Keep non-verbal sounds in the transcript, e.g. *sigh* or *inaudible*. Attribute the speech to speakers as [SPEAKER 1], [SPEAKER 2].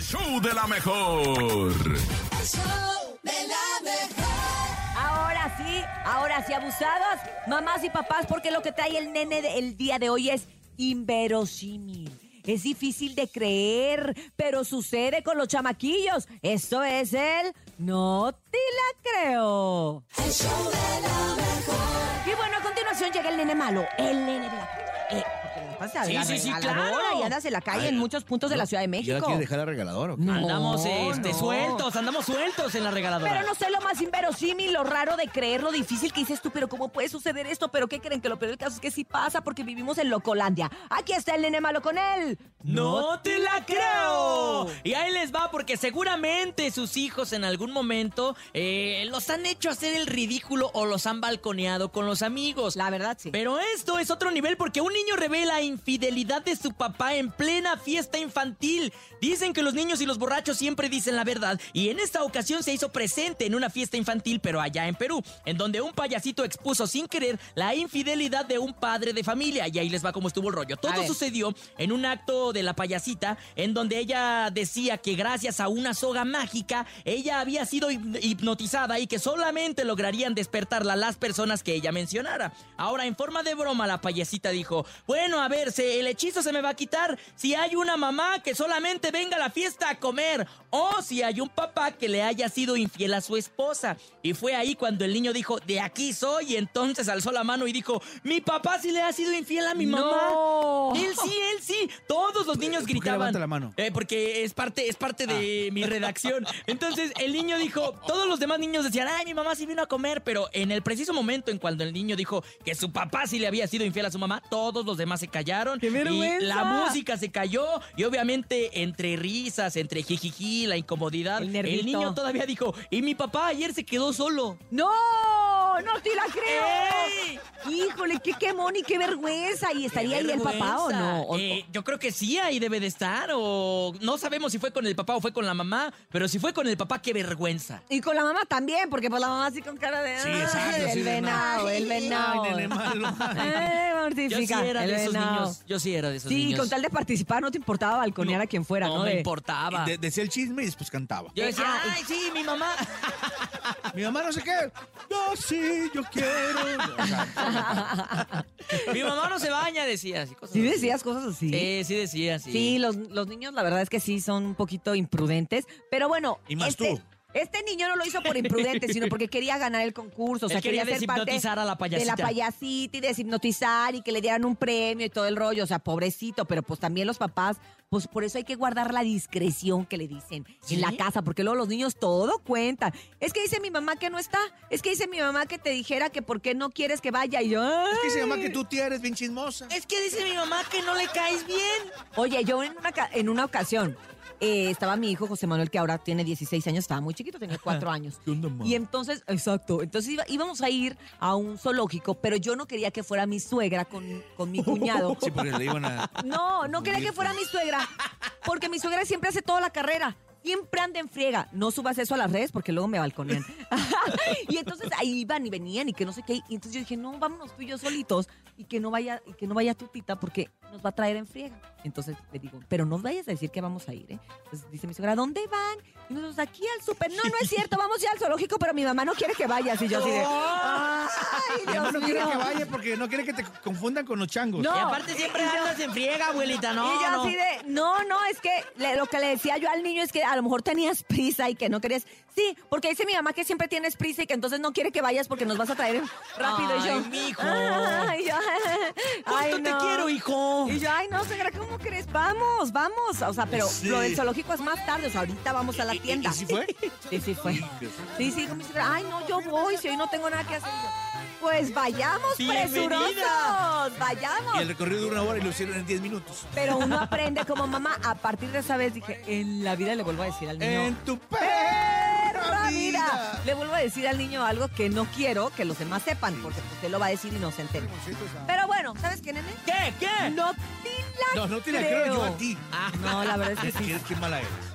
[SPEAKER 1] show de la mejor.
[SPEAKER 2] Ahora sí, ahora sí, abusados, mamás y papás, porque lo que trae el nene de- el día de hoy es inverosímil. Es difícil de creer, pero sucede con los chamaquillos. Esto es el No te la creo. Y bueno, a continuación llega el nene malo, el nene de la calle. Eh, porque la pasa de
[SPEAKER 3] Sí,
[SPEAKER 2] la
[SPEAKER 3] sí, sí,
[SPEAKER 2] regaladora
[SPEAKER 3] claro.
[SPEAKER 2] Y andas en la calle en muchos puntos de la Ciudad
[SPEAKER 4] ¿Y
[SPEAKER 2] de
[SPEAKER 4] ahora
[SPEAKER 2] México.
[SPEAKER 4] quieres dejar al regalador o qué?
[SPEAKER 2] No,
[SPEAKER 3] Andamos este,
[SPEAKER 2] no.
[SPEAKER 3] sueltos, andamos sueltos en la regaladora.
[SPEAKER 2] Pero no sé lo más inverosímil, lo raro de creer, lo difícil que dices tú, pero ¿cómo puede suceder esto? ¿Pero qué creen? Que lo peor del caso es que sí pasa porque vivimos en Locolandia. Aquí está el nene malo con él.
[SPEAKER 3] ¡No te la creo! Y ahí les va, porque seguramente sus hijos en algún momento eh, los han hecho hacer el ridículo o los han balconeado con los amigos.
[SPEAKER 2] La verdad, sí.
[SPEAKER 3] Pero esto es otro nivel porque un niño revela infidelidad de su papá en plena fiesta infantil. Dicen que los niños y los borrachos siempre dicen la verdad y en esta ocasión se hizo presente en una fiesta infantil pero allá en Perú, en donde un payasito expuso sin querer la infidelidad de un padre de familia. Y ahí les va cómo estuvo el rollo.
[SPEAKER 2] A
[SPEAKER 3] Todo
[SPEAKER 2] ver.
[SPEAKER 3] sucedió en un acto de la payasita en donde ella decía que gracias a una soga mágica ella había sido hip- hipnotizada y que solamente lograrían despertarla las personas que ella mencionara. Ahora, en forma de broma, la payasita dijo, bueno, a ver, se- el hechizo se me va a quitar si hay una mamá que solamente venga a la fiesta a comer o si hay un papá que le haya sido infiel a su esposa. Y fue ahí cuando el niño dijo, de aquí soy, y entonces alzó la mano y dijo, mi papá sí le ha sido infiel a mi mamá.
[SPEAKER 2] ¡No!
[SPEAKER 3] Él sí, él sí. Todos los niños
[SPEAKER 4] ¿Por qué
[SPEAKER 3] gritaban.
[SPEAKER 4] levanta la mano? Ah.
[SPEAKER 3] Eh, porque es parte, es parte de mi redacción. Entonces, el niño dijo, todos los demás niños decían, ay, mi mamá sí vino a comer, pero en el preciso momento en cuando el niño dijo que su papá sí le había sido infiel a su mamá, todos los demás se callaron.
[SPEAKER 2] ¡Qué vergüenza!
[SPEAKER 3] Y la música se cayó y obviamente entre risas, entre jijiji, la incomodidad,
[SPEAKER 2] El
[SPEAKER 3] el,
[SPEAKER 2] nervito.
[SPEAKER 3] niño todavía dijo, y mi papá ayer se quedó solo.
[SPEAKER 2] ¡No! ¡No te la creo!
[SPEAKER 3] ¡Ey!
[SPEAKER 2] Híjole, qué quemón y qué vergüenza. ¿Y estaría
[SPEAKER 3] Qué
[SPEAKER 2] ahí el papá o
[SPEAKER 3] vergüenza.
[SPEAKER 2] no? O-
[SPEAKER 3] Eh, yo creo que sí, ahí debe de estar. O no sabemos si fue con el papá o fue con la mamá, pero si fue con el papá, qué vergüenza.
[SPEAKER 2] Y con la mamá también, porque pues la mamá así con cara de...
[SPEAKER 4] Sí,
[SPEAKER 2] "Ay,
[SPEAKER 4] exacto,
[SPEAKER 2] el
[SPEAKER 4] sí, de no.
[SPEAKER 2] venado, el
[SPEAKER 4] Ay,
[SPEAKER 2] venado.
[SPEAKER 4] nene malo.
[SPEAKER 2] Eh,
[SPEAKER 3] Yo
[SPEAKER 2] mortifica,
[SPEAKER 3] sí era
[SPEAKER 2] el
[SPEAKER 3] de esos
[SPEAKER 2] venado.
[SPEAKER 3] niños. Yo sí era de esos
[SPEAKER 2] Sí,
[SPEAKER 3] niños.
[SPEAKER 2] con tal de participar no te importaba balconear
[SPEAKER 3] No,
[SPEAKER 2] a quien fuera, ¿no?
[SPEAKER 3] no me
[SPEAKER 2] De-
[SPEAKER 3] importaba.
[SPEAKER 4] De- decía el chisme y después cantaba.
[SPEAKER 3] Yo decía,
[SPEAKER 2] Ah,
[SPEAKER 3] ay, sí, mi mamá.
[SPEAKER 4] *laughs* Mi mamá no sé qué. No, sí, yo quiero. O sea,
[SPEAKER 3] *laughs* mi mamá no se baña, decía. así, cosas
[SPEAKER 2] Sí
[SPEAKER 3] así.
[SPEAKER 2] decías cosas así.
[SPEAKER 3] Sí, sí decía, sí.
[SPEAKER 2] Sí, los, los niños la verdad es que sí son un poquito imprudentes, pero bueno,
[SPEAKER 4] Y más
[SPEAKER 2] este,
[SPEAKER 4] tú.
[SPEAKER 2] este niño no lo hizo por imprudente, sino porque quería ganar el concurso, o sea,
[SPEAKER 3] Él quería
[SPEAKER 2] ser parte
[SPEAKER 3] deshipnotizar a la
[SPEAKER 2] de la
[SPEAKER 3] payasita.
[SPEAKER 2] payasita y deshipnotizar y que le dieran un premio y todo el rollo, o sea, pobrecito, pero pues también los papás, pues por eso hay que guardar la discreción que le dicen
[SPEAKER 3] ¿Sí?
[SPEAKER 2] en la casa, porque luego los niños todo cuentan. Es que dice mi mamá que no está, es que dice mi mamá que te dijera que por qué no quieres que vaya y yo...
[SPEAKER 4] es que se
[SPEAKER 2] "Ay".
[SPEAKER 4] llama que tú tía eres bien chismosa.
[SPEAKER 3] Es que dice mi mamá que no le caes bien.
[SPEAKER 2] Oye, yo en una, ca- en una ocasión eh, estaba mi hijo José Manuel, que ahora tiene 16 años, estaba muy chiquito, tenía 4 años.
[SPEAKER 4] ¿Qué onda, ma?
[SPEAKER 2] Y entonces, exacto, entonces iba- íbamos a ir a un zoológico, pero yo no quería que fuera mi suegra con, con mi cuñado.
[SPEAKER 4] Sí, porque le iban a.
[SPEAKER 2] No, no quería que fuera mi suegra, porque mi suegra siempre hace toda la carrera. Siempre anda en friega. No subas eso a las redes porque luego me balconean. *laughs* y entonces ahí iban y venían y que no sé qué. Y entonces yo dije, no, vámonos tú y yo solitos y que no vaya, y que no vaya tu tita porque nos va a traer en friega. Entonces le digo, pero no vayas a decir que vamos a ir, ¿eh? Entonces dice mi suegra, ¿a dónde van? Y nosotros aquí al súper. No, no es cierto, vamos a ir al zoológico, pero mi mamá no quiere que vayas. Y yo así de, ay,
[SPEAKER 4] Mi mamá
[SPEAKER 2] Dios
[SPEAKER 4] no quiere que
[SPEAKER 2] mío".
[SPEAKER 4] vaya porque no quiere que te confundan con los changos.
[SPEAKER 2] No.
[SPEAKER 3] Y aparte siempre
[SPEAKER 2] Y yo-
[SPEAKER 3] andas en friega, abuelita, no,
[SPEAKER 2] y yo
[SPEAKER 3] no.
[SPEAKER 2] así de, no, no, es que le- lo que le decía yo al niño es que a lo mejor tenías prisa y que no querías. Sí, porque dice mi mamá que siempre tienes prisa y que entonces no quiere que vayas porque nos vas a traer rápido. y yo,
[SPEAKER 3] Ay,
[SPEAKER 2] *laughs*
[SPEAKER 3] mijo.
[SPEAKER 2] Ay, yo, ay,
[SPEAKER 3] ¿Cuánto te
[SPEAKER 2] no.
[SPEAKER 3] quiero, hijo?
[SPEAKER 2] Y yo, ay, no, señora, ¿cómo crees? Vamos, vamos. O sea, pero
[SPEAKER 4] Sí.
[SPEAKER 2] lo del zoológico es más tarde. O sea, ahorita vamos a la tienda.
[SPEAKER 4] ¿Y si fue?
[SPEAKER 2] Sí, sí fue. Sí, sí, dijo mi señora, ay, no, yo voy, si hoy no tengo nada que hacer. Y yo, pues vayamos,
[SPEAKER 3] Bienvenida.
[SPEAKER 2] presurosos, vayamos.
[SPEAKER 4] Y el recorrido dura una hora y lo hicieron en 10 minutos.
[SPEAKER 2] Pero uno aprende como mamá. A partir de esa vez dije, en la vida le vuelvo a decir al niño.
[SPEAKER 4] En tu perra
[SPEAKER 2] "Perra vida!
[SPEAKER 4] vida.
[SPEAKER 2] Le vuelvo a decir al niño algo que no quiero que los demás sepan, porque usted lo va a decir y no se entera. Pero bueno, ¿sabes qué, nene?
[SPEAKER 3] ¿Qué? ¿Qué?
[SPEAKER 2] No te la
[SPEAKER 4] No, no te la creo yo a ti.
[SPEAKER 2] No, la verdad Ah, es que
[SPEAKER 4] Qué,
[SPEAKER 2] sí.
[SPEAKER 4] qué- qué mala eres.